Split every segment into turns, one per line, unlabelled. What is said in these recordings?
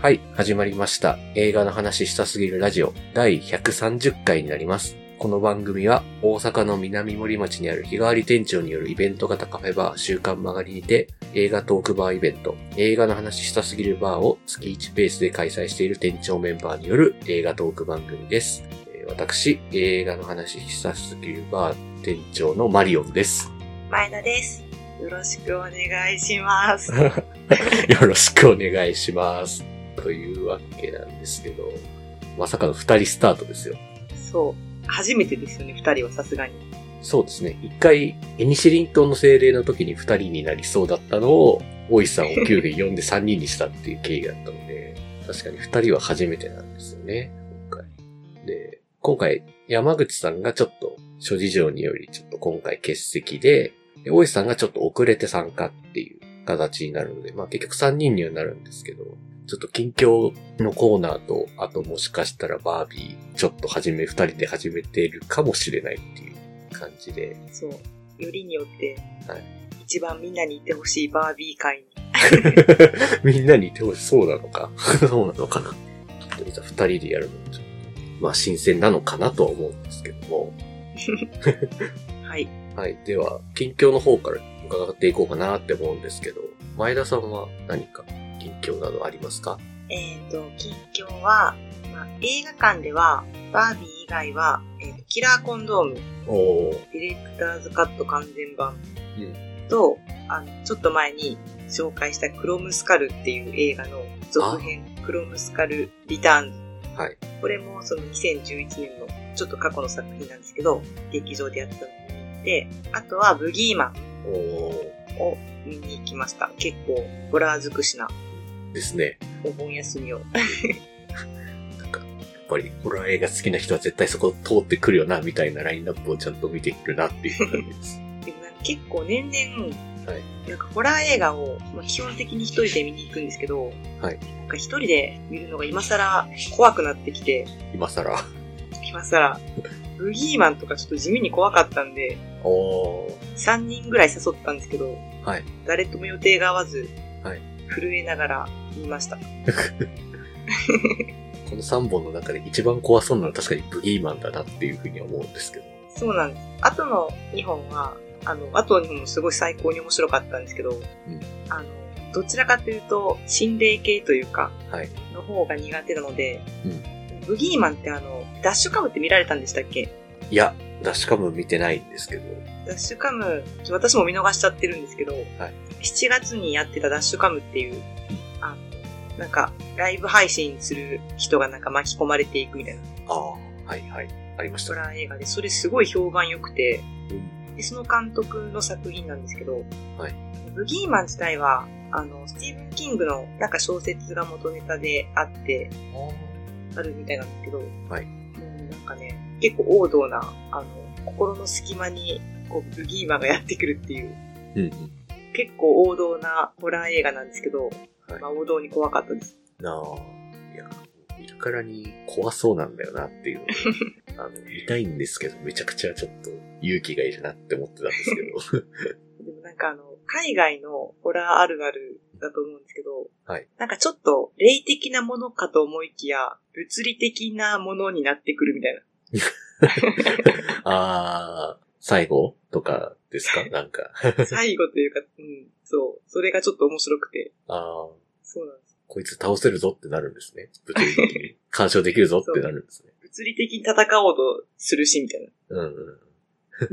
はい、始まりました。映画の話したすぎるラジオ第130回になります。この番組は大阪の南森町にある日替わり店長によるイベント型カフェバー週刊曲がりにて映画トークバーイベント映画の話したすぎるバーを月1ペースで開催している店長メンバーによる映画トーク番組です。えー私、映画の話したすぎるバー店長のマリオンです。
前田です。よろしくお願い します。
よろしくお願いします。というわけなんですけど、まさかの二人スタートですよ。
そう。初めてですよね、二人はさすがに。
そうですね。一回、エニシリン島の精霊の時に二人になりそうだったのを、大石さんを9で呼んで三人にしたっていう経緯だったので、確かに二人は初めてなんですよね、今回。で、今回、山口さんがちょっと、諸事情によりちょっと今回欠席で、で大石さんがちょっと遅れて参加っていう形になるので、まあ結局三人にはなるんですけど、ちょっと近況のコーナーと、あともしかしたらバービー、ちょっと始め、二人で始めているかもしれないっていう感じで、
そう。よりによって、
はい
一番みんなにいてほしいバービー会に。
みんなにいてほしい。そうなのか。 そうなのかな。ちょっとじゃあ二人でやるのもちょっと、まあ新鮮なのかなとは思うんですけども。
はい。
はい。では、近況の方から伺っていこうかなって思うんですけど、前田さんは何か近況などありますか
えっ、と、近況は、まあ、映画館では、バービー以外は、えーキラーコンドーム、
おお。
ディレクターズカット完全版
うん
と、あの、ちょっと前に紹介したクロムスカルっていう映画の続編、クロムスカルリターンズ。
はい。
これもその2011年のちょっと過去の作品なんですけど、劇場でやってたのを見に行って、あとはブギーマ
おお。
ンを見に行きました。結構、ホラー尽くしな
ですね。
お盆休みを。
なんか、やっぱりホラー映画好きな人は絶対そこ通ってくるよな、みたいなラインナップをちゃんと見てくるなっていう感じ です。
でもなんか結構年々、
はい
なんかホラー映画を、まあ、基本的に一人で見に行くんですけど、
はい
なんか一人で見るのが今更怖くなってきて、
今更。
今更、ブギーマンとかちょっと地味に怖かったんで、
おお。
3人ぐらい誘ったんですけど、
はい
誰とも予定が合わず、
はい
震えながら見ました。
この3本の中で一番怖そうなのは確かにブギーマンだなっていうふうに思うんですけど。
そうなんです。あとの2本は、あの、あとの2本もすごい最高に面白かったんですけど、あの、どちらかというと、心霊系というか、
はい
の方が苦手なので、
う
ブギーマンってあの、ダッシュカムって見られたんでしたっけ
いや、ダッシュカム見てないんですけど。
ダッシュカム、ちょ私も見逃しちゃってるんですけど、
はい
7月にやってたダッシュカムっていう、あの、なんか、ライブ配信する人がなんか巻き込まれていくみたいな
ああ、はいはい。ありまし
ホ
た。
ラー映画で、それすごい評判良くて、
うん
でその監督の作品なんですけど、
はい
ブギーマン自体は、あの、スティーブン・キングのなんか小説が元ネタであって、あるみたいなんですけど、
はい
うんなんかね、結構王道な、あの、心の隙間に、こう、ブギーマンがやってくるっていう、
うんうん。
結構王道なホラー映画なんですけど、
はい
まあ王道に怖かったです。
なあ。いや、見るからに怖そうなんだよなっていう のをあの、見たいんですけど、めちゃくちゃちょっと勇気がいるなって思ってたんです けど。
でもなんかあの、海外のホラーあるあるだと思うんですけど、
はい
なんかちょっと霊的なものかと思いきや、物理的なものになってくるみたいな。
ああ、最後とかです かなんか。
最後というか、うん、そう。それがちょっと面白くて、
ああ、
そうなんです。
こいつ倒せるぞってなるんですね。物理的に。干渉できるぞってなるんですね。
物理的に戦おうとするし、み たいな。
うんうん。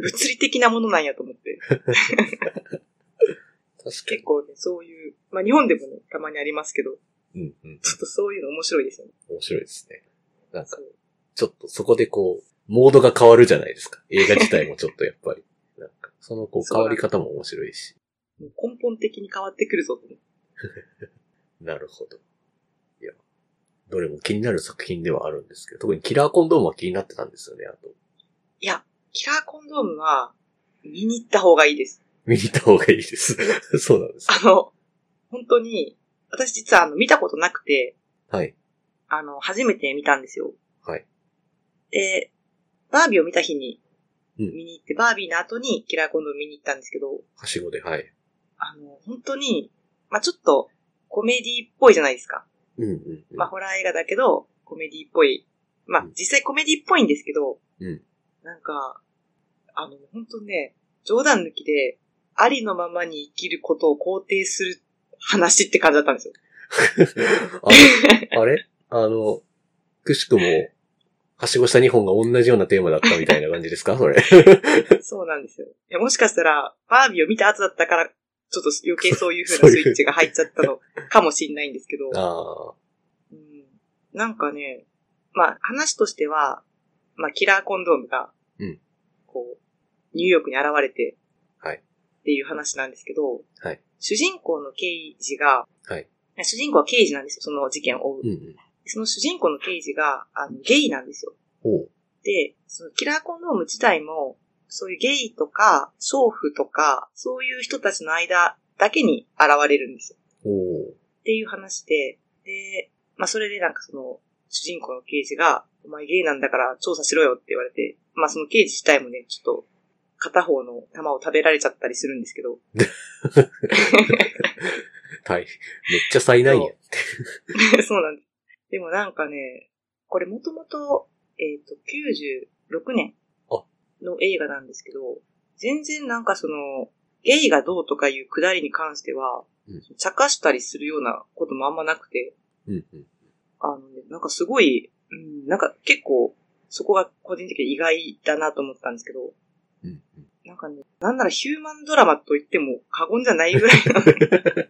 物理的なものなんやと思って。
確
結構ね、そういう、まあ日本でもね、たまにありますけど、
に。うんうん。
ちょっとそういうの面白いですよね。
面白いですね。なんか
そ、う
ちょっとそこでこう、モードが変わるじゃないですか。映画自体もちょっとやっぱり。 なんか、そのこう
そう
変
な
わ
ん
り
だ
方も面白いし。
もう根本的に変わってくるぞと思って。
なるほど。いや、どれも気になる作品ではあるんですけど、特にキラーコンドームは気になってたんですよね、あと。
いや、キラーコンドームは、見に行った方がいいです。
見に行った方がいいです。 そうなんです。
あの、本当に、私実はあの見たことなくて、
はい。
あの、初めて見たんですよ。
はい。
で、バービーを見た日に
うん
見に行って、バービーの後にキラーコンドーム見に行ったんですけど、
はしごで、はい。
あの、本当に、まあ、ちょっとコメディっぽいじゃないですか。
うんうんうん。
まあ、ホラー映画だけど、コメディっぽい。まあ
うん、
実際コメディっぽいんですけど、
うん
なんか、あの、本当ね、冗談抜きで、ありのままに生きることを肯定する話って感じだったんですよ。
あれあれあの、くしくも、はしごした2本が同じようなテーマだったみたいな感じですかそれ。
そうなんですよ。いや、もしかしたら、バービーを見た後だったから、ちょっと余計そういう風
そう
な
いう
スイッチが入っちゃったのかもしんないんですけど、
ああ。
うん、なんかね、まあ話としては、まあキラーコンドームが、
うん
こう、ニューヨークに現れて、
はい
っていう話なんですけど、
はい
主人公の刑事が、
はい
主人公は刑事なんですよ、その事件を追う。
うんうん。
その主人公の刑事が、あの、ゲイなんですよ。
おう。
で、そのキラーコンドーム自体も、そういうゲイとか、娼婦とか、そういう人たちの間だけに現れるんですよ。
おう。
っていう話で、で、まあそれでなんかその、主人公の刑事が、お前ゲイなんだから調査しろよって言われて、まあその刑事自体もね、ちょっと、片方の玉を食べられちゃったりするんですけど、
大変。めっちゃ災難や。
そうなんです。でもなんかね、これもともと、えっ、と、96年
あ
の映画なんですけど、全然なんかその、ゲイがどうとかいうくだりに関しては、
うん
茶化したりするようなこともあんまなくて、
うんうん。
あのね、なんかすごい、うん、なんか結構、そこが個人的に意外だなと思ったんですけど、
うん
なんかね、なんならヒューマンドラマと言っても過言じゃないぐらい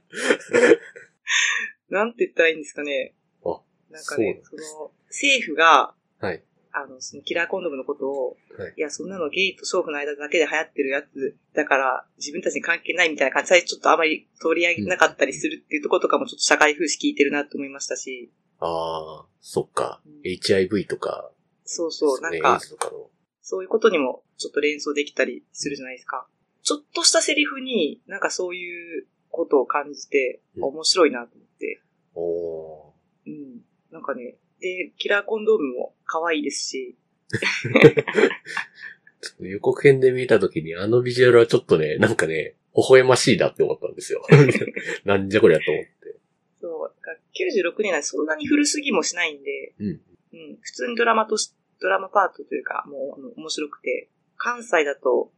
な、なんて言ったらいいんですかね。
あ
なん
そ
かね、そう
なんです
の、政府が、
はい
あの、そのキラーコンドームのことを、
はい
や、そんなのゲイと娼婦の間だけで流行ってるやつだから、自分たちに関係ないみたいな感じで、ちょっとあまり取り上げなかったりするっていうところとかもちょっと社会風刺聞いてるなと思いましたし、
ああ、そっか
うん。
HIV とか、
そうそう、なん
ね
か
エイ、ズとかの。
そういうことにもちょっと連想できたりするじゃないですか。ちょっとしたセリフになんかそういうことを感じて
うん
面白いなと思って。
お
うん。なんかね、で、キラーコンドームも可愛いですし、
ー。予告編で見たときに、あのビジュアルはちょっとね、なんかね、微笑ましいなって思ったん ですよ。なんじゃこりゃと思って。
そう、だから96年なんでそんなに古すぎもしないんで、
うん。
うん、普通にドラマとし、ドラマパートというか、もうあの面白くて、関西だと、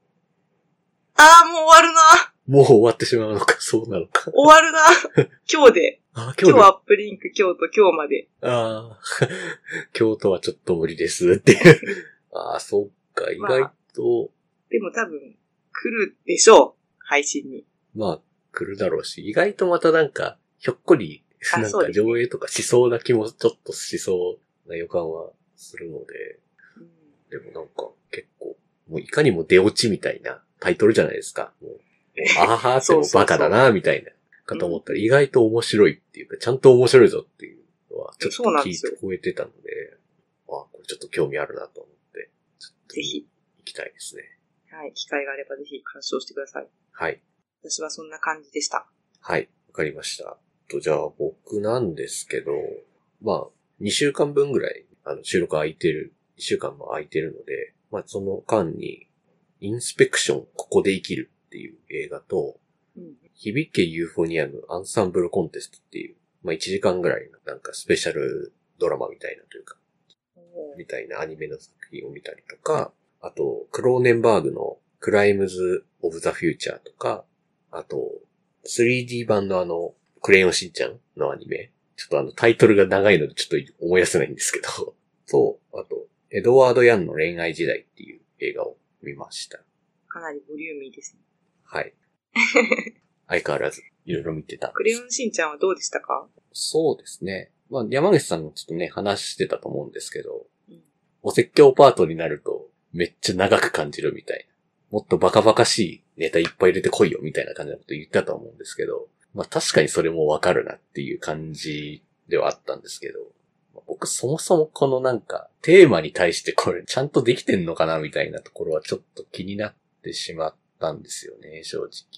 ああ、もう終わるな
もう終わってしまうのか、そうなのか。
終わるな 今日で、
あー、今日
今日
で
アップリンク、今日と今日まで。
ああ、 京都はちょっと無理ですっていう。ああ、そっか、意外と、
でも多分、来るでしょう。配信に。
まあ、来るだろうし、意外とまたなんか、ひょっこり、
あ
なん
そう
か
です
上映とかしそうな気もちょっとしそうな予感はするので、でもなんか結構、もういかにも出落ちみたいなタイトルじゃないですか。もうあははってもうバカだな、みたいな。かと思ったら意外と面白いっていうか、ちゃんと面白いぞっていうのは、ちょっと
そうな
聞
んで
い
すよ
て超えてたので、あこれちょっと興味あるなと思って、ちょっと
ぜひ、
行きたいですね。
はい、機会があればぜひ鑑賞してください。
はい。
私はそんな感じでした。
はい。わかりました。と、じゃあ僕なんですけど、まあ、2週間分ぐらい、あの、収録空いてる、1週間も空いてるので、まあ、その間に、インスペクション、ここで生きるっていう映画と、
うん。
響けユーフォニアムアンサンブルコンテストっていう、まあ、1時間ぐらいのなんかスペシャルドラマみたいなというか、みたいなアニメの作品を見たりとか、あと、クローネンバーグのクライムズ・オブ・ザ・フューチャーとか、あと、3D 版のあの、クレヨンしんちゃんのアニメ。ちょっとあの、タイトルが長いのでちょっと思い出せないんですけど。と、あと、エドワード・ヤンの恋愛時代っていう映画を見ました。
かなりボリューミーですね。
はい。相変わらず、いろいろ見てたんですけど。
クレヨンしんちゃんはどうでしたか
そうですね。まあ、山口さんもちょっとね、話してたと思うんですけど、
うん
お説教パートになると、めっちゃ長く感じるみたいな。もっとバカバカしいネタいっぱい入れてこいよみたいな感じのこと言ったと思うんですけど、まあ確かにそれもわかるなっていう感じではあったんですけど、まあ僕そもそもこのなんかテーマに対してこれちゃんとできてんのかなみたいなところはちょっと気になってしまったんですよね、正直。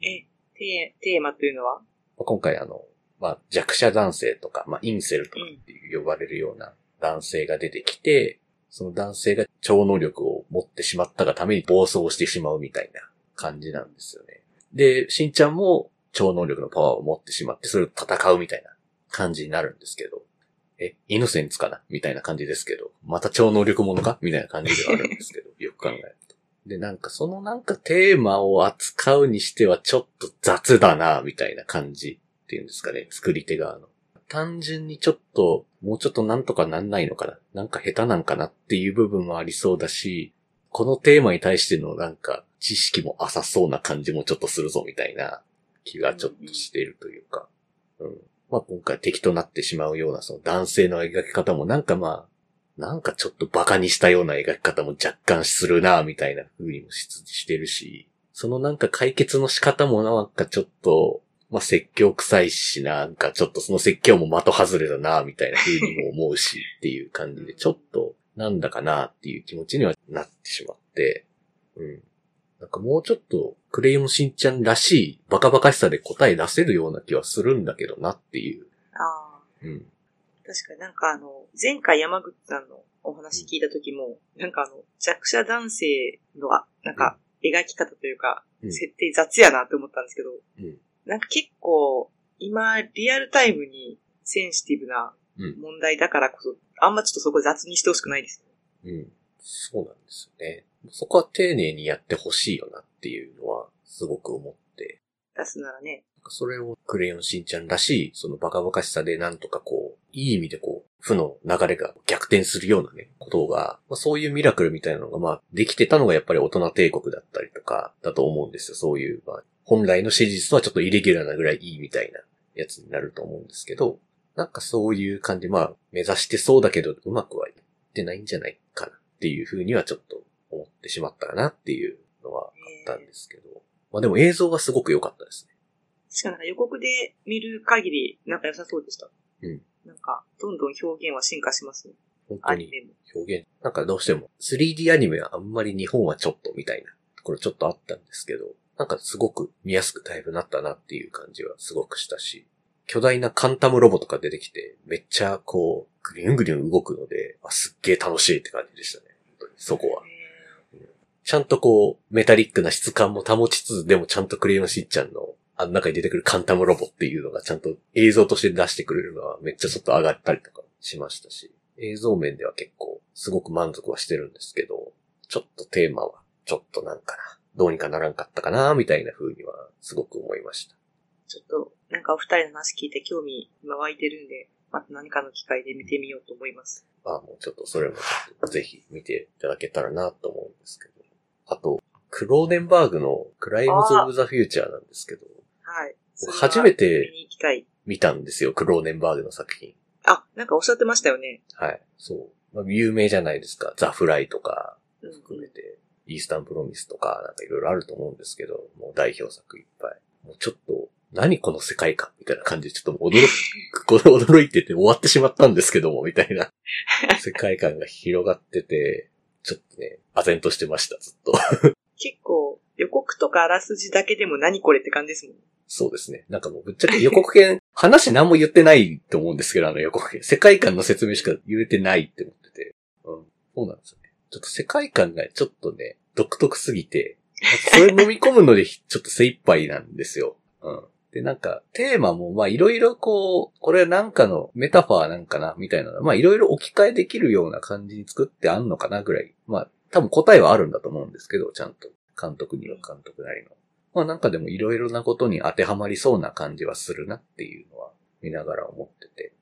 え、テーテーマというのは
まあ今回あの、まあ、弱者男性とか、まあ、インセルとかっていう呼ばれるような男性が出てきて、その男性が超能力を持ってしまったがために暴走してしまうみたいな感じなんですよね。で、しんちゃんも超能力のパワーを持ってしまって、それを戦うみたいな感じになるんですけど、え、イノセンツかなみたいな感じですけど、また超能力者かみたいな感じではあるんですけど、 よく考えると。で、なんかそのなんかテーマを扱うにしてはちょっと雑だな、みたいな感じっていうんですかね、作り手側の。単純にちょっと、もうちょっとなんとかなんないのかななんか下手なんかなっていう部分もありそうだし、このテーマに対してのなんか知識も浅そうな感じもちょっとするぞみたいな気がちょっとしているというか、うん。まあ今回敵となってしまうようなその男性の描き方もなんかまあ、なんかちょっと馬鹿にしたような描き方も若干するなみたいな風にもししてるし、そのなんか解決の仕方もなんかちょっと、まあ説教臭いし、なんかちょっとその説教も的外れだなみたいな風にも思うしっていう感じで、ちょっとなんだかなっていう気持ちにはなってしまって、うん。なんかもうちょっとクレヨンしんちゃんらしいバカバカしさで答え出せるような気はするんだけどなっていう。
ああ。
うん。
確かになんかあの、前回山口さんのお話聞いた時も、なんかあの、弱者男性のあ、なんか、描き方という
う
か、
ん
設定雑やなって思ったんですけど、
うん
なんか結構、今、リアルタイムにセンシティブな
うん
問題だからこそ、あんまちょっとそこ雑にしてほしくないですよね。
うん。そうなんですよね。そこは丁寧にやってほしいよなっていうのはすごく思って。
出すならね。
なんかそれをクレヨンしんちゃんらしい、そのバカバカしさでなんとかこう、いい意味でこう、負の流れが逆転するようなね、ことが、まあ、そういうミラクルみたいなのがまあ、できてたのがやっぱり大人帝国だったりとか、だと思うんですよ。そういう、まあ、本来の史実とはちょっとイレギュラーなぐらいいいみたいなやつになると思うんですけど、なんかそういう感じ、まあ、目指してそうだけど、うまくはいってないんじゃないかなっていうふうにはちょっと思ってしまったかなっていうのはあったんですけど、まあでも映像はすごく良かったですね。
確かなんか予告で見る限り、なんか良さそうでした。
うん。
なんか、どんどん表現は進化しますね。
本当
アニ
に
メも。
表現。なんかどうしても 3D アニメはあんまり日本はちょっとみたいなところちょっとあったんですけど、なんかすごく見やすくだいぶなったなっていう感じはすごくしたし、巨大なカンタムロボとか出てきて、めっちゃこう、ぐりゅんぐりゅん動くので、あ、すっげえ楽しいって感じでしたね。本当にそこは。ちゃんとこう、メタリックな質感も保ちつつ、でもちゃんとクレヨンしっちゃんの、あの中に出てくるカンタムロボっていうのがちゃんと映像として出してくれるのはめっちゃちょっと上がったりとかしましたし、映像面では結構すごく満足はしてるんですけど、ちょっとテーマはちょっとなんかな、どうにかならんかったかな、みたいな風にはすごく思いました。
ちょっと、なんかお二人の話聞いて興味今湧いてるんで、また何かの機会で見てみようと思います。
まあもうちょっとそれもちょっとぜひ見ていただけたらなと思うんですけど。あと、クローデンバーグのクライムズ・オブ・ザ・フューチャーなんですけど、
はい。
初めて
それは見に行きたい。
見たんですよ、クローネンバーグの作品。
あ、なんかおっしゃってましたよね。
はい。そう。まあ、有名じゃないですか。ザ・フライとか
うん、
含めて、イースタンプロミスとか、なんかいろいろあると思うんですけど、もう代表作いっぱい。もうちょっと、何この世界観みたいな感じで、ちょっともう驚く、これ驚いてて終わってしまったんですけども、みたいな。世界観が広がってて、ちょっとね、唖然としてました、ずっと。
結構、予告とかあらすじだけでも何これって感じですもん。
そうですね。なんかもうぶっちゃけ予告編、話何も言ってないと思うんですけど、あの予告編。世界観の説明しか言えてないって思ってて。うん。そうなんですよね。ちょっと世界観がちょっとね、独特すぎて、それ飲み込むのでひちょっと精一杯なんですよ。 うん。で、なんか、テーマも、まあ、いろいろこう、これなんかのメタファーなんかな、みたいなの、まあ、いろいろ置き換えできるような感じに作ってあんのかな、ぐらい。まあ、多分答えはあるんだと思うんですけど、ちゃんと。監督には監督なりの。まあなんかでもいろいろなことに当てはまりそうな感じはするなっていうのは見ながら思ってて。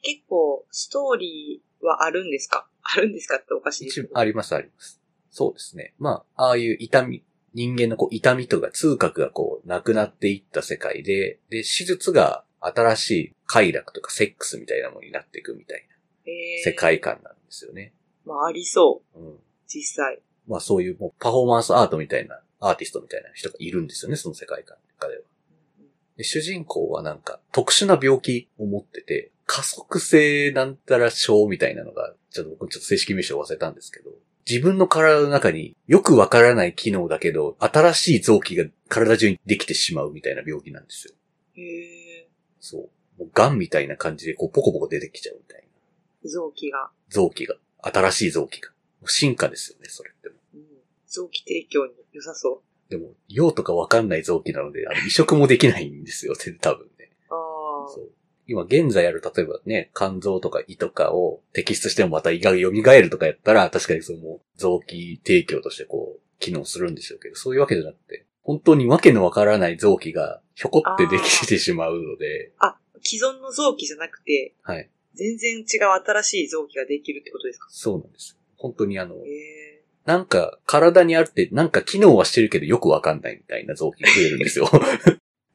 結構、ストーリーはあるんですかあるんですかっておかしいです
一
け
部
ど。
ありますあります。そうですね。まあ、ああいう痛み、人間のこう痛みとか痛覚がこうなくなっていった世界で、で、手術が新しい快楽とかセックスみたいなものになっていくみたい
え
な
ー
世界。観なんですよね。
まあ、ありそう。
うん。
実際。
まあそういうもうパフォーマンスアートみたいなアーティストみたいな人がいるんですよね、その世界観の中では。で主人公はなんか特殊な病気を持ってて、加速性なんたら症みたいなのが、ちょっと僕ちょっと正式名称忘れたんですけど、自分の体の中によくわからない機能だけど、新しい臓器が体中にできてしまうみたいな病気なんですよ。
へ
そう。もう癌みたいな感じでこうポコポコ出てきちゃうみたいな。
ー臓器が、
臓器が。新しい臓器が。もう進化ですよね、それって。
うん臓器提供に良さそ
でも、 用とかわかんない臓器なので、あの移植もできないんですよ、多分ね。
う。ああ。
そう。今現在ある、例えばね、肝臓とか胃とかを摘出してもまた胃が蘇るとかやったら、確かにその臓器提供としてこう、機能するんでしょうけど、そういうわけじゃなくて、本当にわけのわからない臓器がひょこってできてしまうので、
既存の臓器じゃなくて、
はい。
全然違う新しい臓器ができるってことですか
そうなんです。本当にあの、
ええ
なんか体にあるって、なんか機能はしてるけどよくわかんないみたいな臓器が増えるんですよ。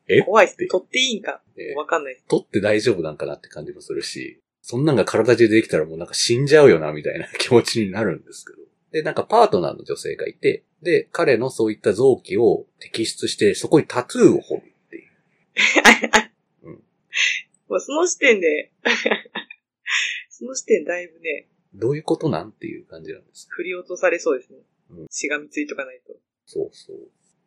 え
怖いです
って
ね。取っていいんか
で
わかんないです。
取って大丈夫なんかなって感じもするし、そんなんが体中でできたらもうなんか死んじゃうよなみたいな 気持ちになるんですけど。で、なんかパートナーの女性がいて、で、彼のそういった臓器を摘出して、そこにタトゥーを彫るっていう。
まあ、その時点で、 その時点だいぶね、
どういうことなんっていう感じなんです
振り落とされそうですね
うん。
しがみついとかないと。
そうそう。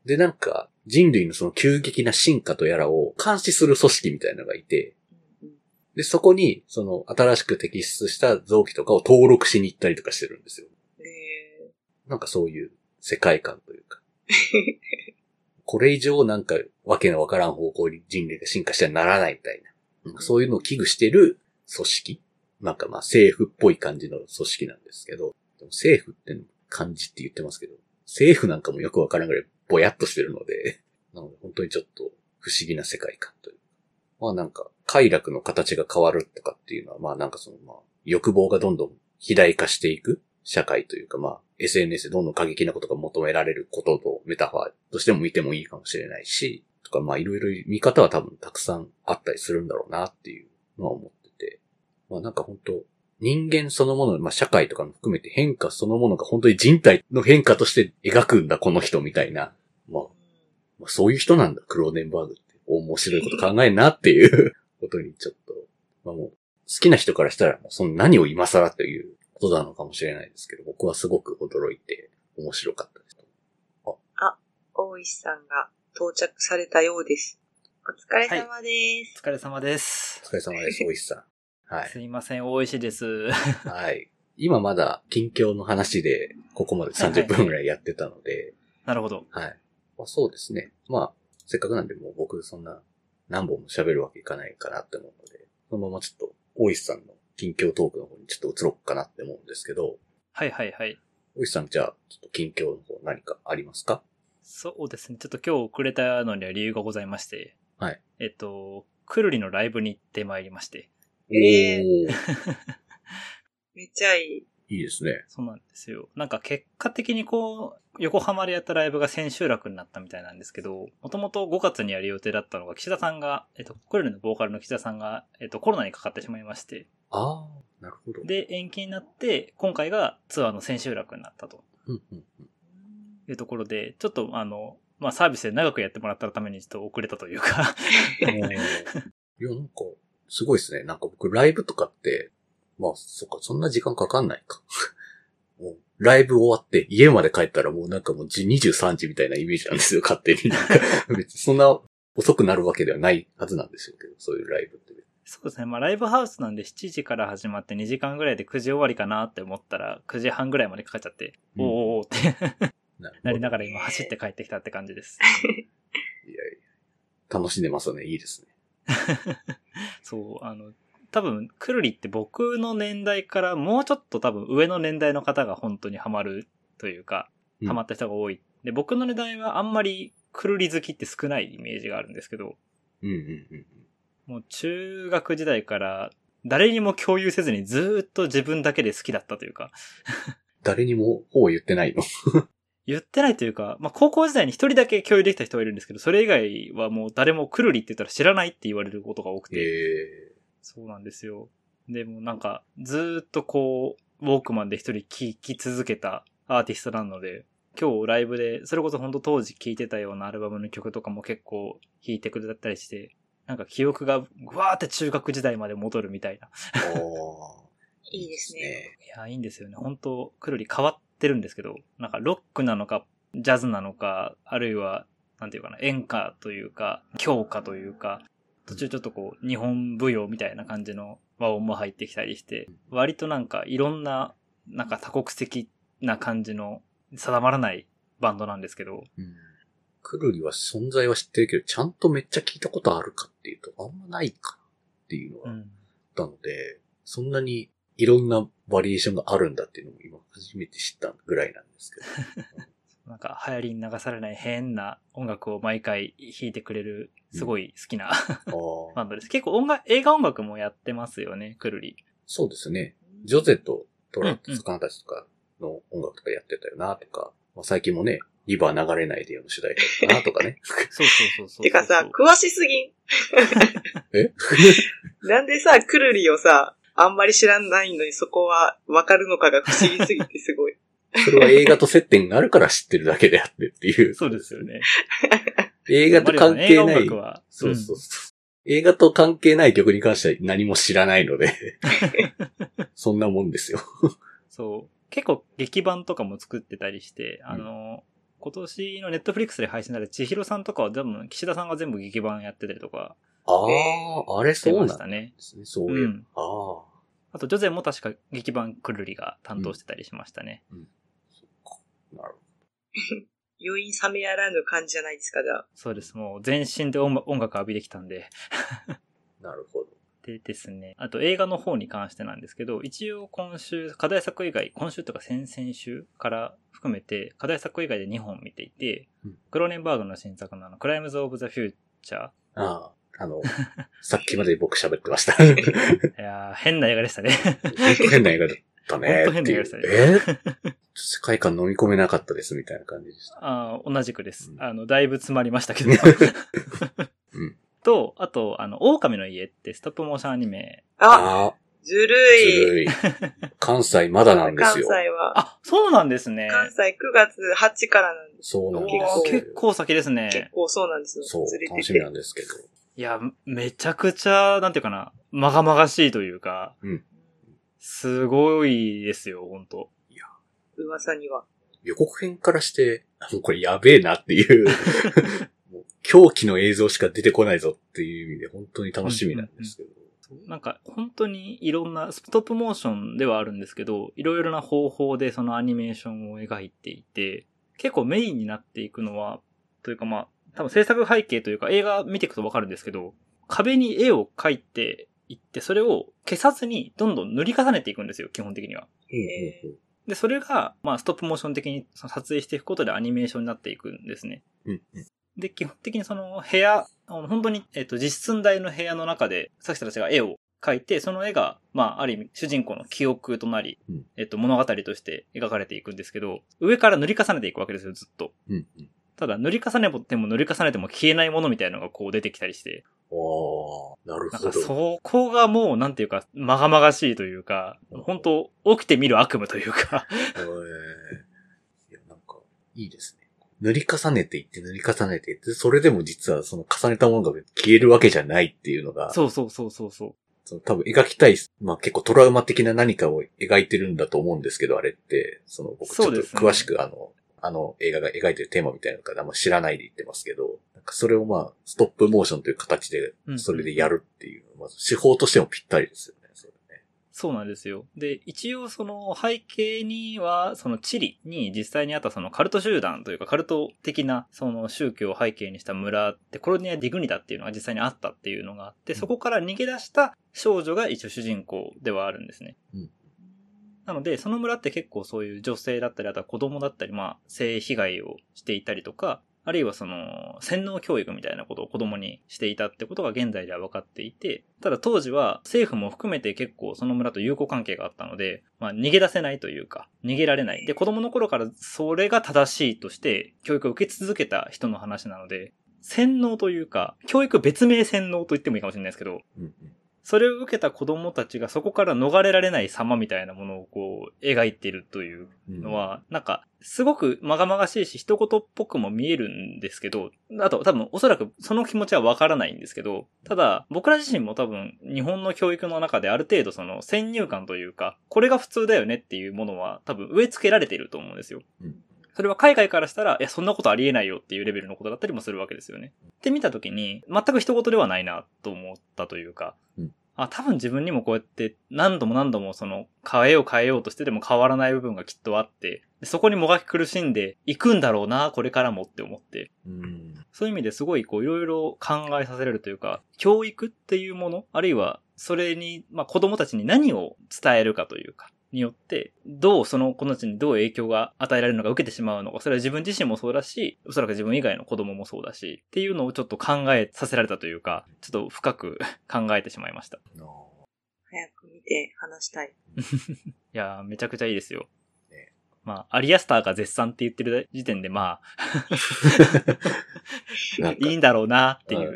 で、なんか、人類のその急激な進化とやらを監視する組織みたいなのがいて、
うんうん
で、そこに、その、新しく摘出した臓器とかを登録しに行ったりとかしてるんですよ。
え
なんかそういう世界観というか。 これ以上なんか、わけのわからん方向に人類が進化してはならないみたいな。なんかそういうのを危惧してる組織なんかまあ政府っぽい感じの組織なんですけど、でも政府って感じって言ってますけど、政府なんかもよくわからんぐらいぼやっとしてるので、なので本当にちょっと不思議な世界観というか。まあなんか、快楽の形が変わるとかっていうのは、まあなんかそのまあ、欲望がどんどん肥大化していく社会というかまあ、SNS でどんどん過激なことが求められることとメタファーとしても見てもいいかもしれないし、とかまあいろいろ見方は多分たくさんあったりするんだろうなっていうのは思ってて、まあなんか本当人間そのもの、まあ社会とかも含めて変化そのものが本当に人体の変化として描くんだこの人みたいな、まあ
ー
まあ、そういう人なんだ、クローネンバーグって。面白いこと考えんなっていうことにちょっと、まあもう、好きな人からしたら、その何を今更ということなのかもしれないですけど、僕はすごく驚いて面白かったです。
大石さんが到着されたようです。お疲れ様です。
お疲れ様です
お。疲れ様です、大石さん。はい。
すいません、大石です。
はい。今まだ近況の話で、ここまで30分ぐらいやってたので、
なるほど。
はい。まあ、そうですね。まあ、せっかくなんで、もう僕そんな何本も喋るわけいかないかなって思うので、そのままちょっと、大石さんの近況トークの方にちょっと移ろうかなって思うんですけど、
はいはいはい。
大石さん、じゃあ、ちょっと近況の方何かありますか
そうですね。ちょっと今日遅れたのには理由がございまして。
はい。
えっと、くるりのライブに行ってまいりまして。
ええ
おー
めっちゃいい。
いいですね。
そうなんですよ。なんか結果的にこう、横浜でやったライブが千秋楽になったみたいなんですけど、もともと5月にやる予定だったのが、岸田さんが、えっと、くるりのボーカルの岸田さんが、えっと、コロナにかかってしまいまして、
ああ、なるほど。
で、延期になって、今回がツアーの千秋楽になったと。
うんうんうん
いうところで、ちょっとあの、まあ、サービスで長くやってもらったためにちょっと遅れたというか、
いや、なんか、すごいですね。なんか僕、ライブとかって、まあ、そっか、そんな時間かかんないか。 もう、ライブ終わって、家まで帰ったらもうなんかもうじ23時みたいなイメージなんですよ、勝手に。 なんか別にそんな遅くなるわけではないはずなんですよけど、そういうライブって。
そうですね、まあ、ライブハウスなんで7時から始まって2時間ぐらいで9時終わりかなって思ったら、9時半ぐらいまでかかっちゃって、
うん
おーおーおーって
なるほど
なりながら今走って帰ってきたって感 じです。
いやいや楽しんでますよね、いいですね。
そう、あの、多分、くるりって僕の年代からもうちょっと多分上の年代の方が本当にハマるというか
う、ん
ハマった人が多い。で、僕の年代はあんまりくるり好きって少ないイメージがあるんですけど、
うんうんうんうん。
もう中学時代から誰にも共有せずにずーっと自分だけで好きだったというか、
誰にも、ほう言ってないの。
言ってないというか、まあ高校時代に一人だけ共有できた人はいるんですけど、それ以外はもう誰もくるりって言ったら知らないって言われることが多く
え
て、
え
そうなんですよ。でもなんかずーっとこう、ウォークマンで一人聴き続けたアーティストなので、今日ライブで、それこそ本当当時聴いてたようなアルバムの曲とかも結構弾いてくれたりして、なんか記憶がぐわーって中学時代まで戻るみたいな。
ー。
いいですね。
いや、いいんですよね。本当くるり変わってるんですけど、なんかロックなのか、ジャズなのか、あるいは、なんていうかな、演歌というか、教歌というか、途中ちょっとこう、日本舞踊みたいな感じの和音も入ってきたりして、割となんかいろんな、なんか多国籍な感じの定まらないバンドなんですけど、
うんくるりは存在は知ってるけど、ちゃんとめっちゃ聞いたことあるかっていうと、あんまないかな。っていうの
う
があっ
ん。
たので、そんなにいろんなバリエーションがあるんだっていうのも今初めて知ったぐらいなんですけど。
なんか流行りに流されない変な音楽を毎回弾いてくれる、すごい好きな
あ
バ
あ
ンドです。結構音楽、映画音楽もやってますよね、くるり。
そうですね。ジョゼとトラッツカンたちとかの音楽とかやってたよなとか、まあ、最近もね、リバー流れないでよの主題歌だなとかね。
そうそうそうそうそう。
てかさ、詳しすぎん。
え
なんでさ、くるりをさ、あんまり知らないのにそこはわかるのかが不思議すぎてすご い。
それは映画と接点があるから知ってるだけであってっていう。
そうですよね。
映画と関係な
マ
い
リオさん映画音楽。は。
そうそうそう。映画と関係ない曲に関しては何も知らないので、 そんなもんですよ。
うんそう。結構劇版とかも作ってたりして、あの、今年のネットフリックスで配信された千尋さんとかは全部、岸田さんが全部劇版やってたりとか
ああ、あれ
して
そうな
ま
ん
し
で
たね。
すね。そういう。
うん
ああ。
あと、ジョゼも確か劇版くるりが担当してたりしましたね。
なるほ
余韻冷めやらぬ感じじゃないですか、じゃあ。
そうです。もう全身で音楽音楽浴びてきたんで。
ど。なるほど。
でですね、あと映画の方に関してなんですけど、一応今週、課題作以外、今週とか先々週から含めて、課題作以外で2本見ていて、
うん
クローネンバーグの新作のあの、クライムズ・オブ・ザ・フューチャ
ああ、あ の、さっきまで僕喋ってました。
ー。いやー、変な映画でしたね。
変な映画だったね
本当変
っ
な
て
映
い
画
う。
でしたね
えー世界観飲み込めなかったですみたいな感じでした。
あー同じくです
う。ん
あの、だいぶ詰まりましたけど。
うん
と、あと、あの、狼の家ってストップモーションアニメ。
あ、
ああ、
ずる
ず
い。
るい。 関西まだなんで
関
す
西
よ。
は。
あ、そうなんですね。
関西9月8日からなんです。
そうなんで
あー
す
結
よ。
構先ですね。
結構そうなんですよ。
そう
ず、れ
楽
て
しみ
て
な。んですけど。
いや、めちゃくちゃ、なんていうかな、まがまがしいというか、
うん
すごいですよ、ほんと。
噂には。
予告編からして、 あもうこれやべえなっていう、もう狂気の映像しか出てこないぞっていう意味で本当に楽しみなんですけど。
なんか、本当にいろんな、ストップモーションではあるんですけど、いろいろな方法でそのアニメーションを描いていて、結構メインになっていくのは、というかまあ、多分制作背景というか映画見ていくとわかるんですけど、壁に絵を描いていって、それを消さずにどんどん塗り重ねていくんですよ、基本的には。
うんうんうん
で、それが、まあ、ストップモーション的にその撮影していくことでアニメーションになっていくんですね。
うん
で、基本的にその部屋、あの本当に、えっ、と、実寸大の部屋の中で、作者たちが絵を描いて、その絵が、まあ、ある意味、主人公の記憶となり、
うん
えっ、と、物語として描かれていくんですけど、上から塗り重ねていくわけですよ、ずっと。
うんうん。
ただ、塗り重ねても塗り重ねても消えないものみたいなのがこう出てきたりして、
ああ、なる
なん
ほ
か
ど。
そこがもう、なんていうか、まがまがしいというか、本当起きてみる悪夢というか、
えーいや、なんか、いいですね。塗り重ねていって、塗り重ねていって、それでも実はその重ねたものが消えるわけじゃないっていうのが、
そうそうそうそうそう。
その多分描きたい、まあ結構トラウマ的な何かを描いてるんだと思うんですけど、あれって、その僕ちょ
そ
っ
う
と
ですね
詳しくあの、あの映画が描いてるテーマみたいなのからあんま知らないで言ってますけど、なんかそれをまあ、ストップモーションという形で
う、ん
それでやるっていう、まず手法としてもぴったりですよね、それね。
そうなんですよ。で、一応その背景には、そのチリに実際にあったそのカルト集団というかカルト的なその宗教を背景にした村ってコロニア・ディグニタっていうのが実際にあったっていうのがあって、そこから逃げ出した少女が一応主人公ではあるんですね。なので、その村って結構そういう女性だったり、あとは子供だったり、まあ、性被害をしていたりとか、あるいはその、洗脳教育みたいなことを子供にしていたってことが現在では分かっていて、ただ当時は政府も含めて結構その村と友好関係があったので、まあ逃げ出せないというか、逃げられない。で、子供の頃からそれが正しいとして教育を受け続けた人の話なので、洗脳というか、教育別名洗脳と言ってもいいかもしれないですけど、
うん
それを受けた子供たちがそこから逃れられない様みたいなものをこう描いてるという
うん。うん
の、は、なんか、すごくまがまがしいし、一言っぽくも見えるんですけど、あと多分おそらくその気持ちはわからないんですけど、ただ僕ら自身も多分日本の教育の中である程度その先入観というか、これが普通だよねっていうものは多分植え付けられていると思うんですよ。
うん
それは海外からしたら、いや、そんなことありえないよっていうレベルのことだったりもするわけですよね。って見たときに、全く一言ではないなと思ったというか、
うん
あ、多分自分にもこうやって何度も何度もその変えよう変えようとしてでも変わらない部分がきっとあって、でそこにもがき苦しんでいくんだろうな、これからもって思って。
うん。
そういう意味ですごいこういろいろ考えさせられるというか、教育っていうもの、あるいはそれに、まあ、子供たちに何を伝えるかというか、によって、どうその子たちにどう影響が与えられるのか受けてしまうのか、それは自分自身もそうだし、おそらく自分以外の子供もそうだし、っていうのをちょっと考えさせられたというか、ちょっと深く考えてしまいました。い
早く見て話したい。
やー、めちゃくちゃいいですよ
ね。
まあ、アリアスターが絶賛って言ってる時点で、ま
な
あ
ん、か
いいんだろうなっていう。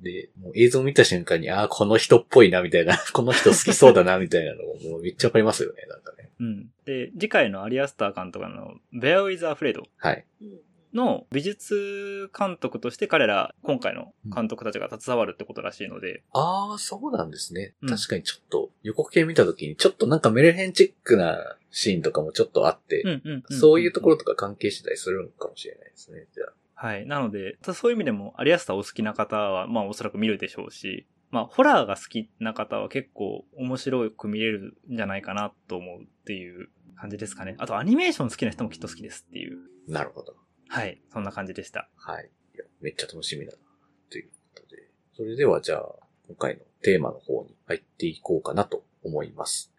で、もう映像見た瞬間に、ああ、この人っぽいな、みたいな、 この人好きそうだな、みたいなのも、もうめっちゃわかりますよね、なんかね。
うん。で、次回のアリアスター監督の、ベアウィズ・アフレード
はい。
うん。
の美術監督として彼ら、今回の監督たちが携わるってことらしいので、
ああ、そうなんですね。
うん
確かにちょっと、予告編見た時に、ちょっとなんかメルヘンチックなシーンとかもちょっとあって、
うんうんん
そういうところとか関係次第するのかもしれないですね、じゃあ。
はい。なので、たそういう意味でも、アリアスターお好きな方は、まあおそらく見るでしょうし、まあホラーが好きな方は結構面白く見れるんじゃないかなと思うっていう感じですかね。あとアニメーション好きな人もきっと好きですっていう。
なるほど。
はい。そんな感じでした。
はい。いや、めっちゃ楽しみだな、ということで。それではじゃあ、今回のテーマの方に入っていこうかなと思います。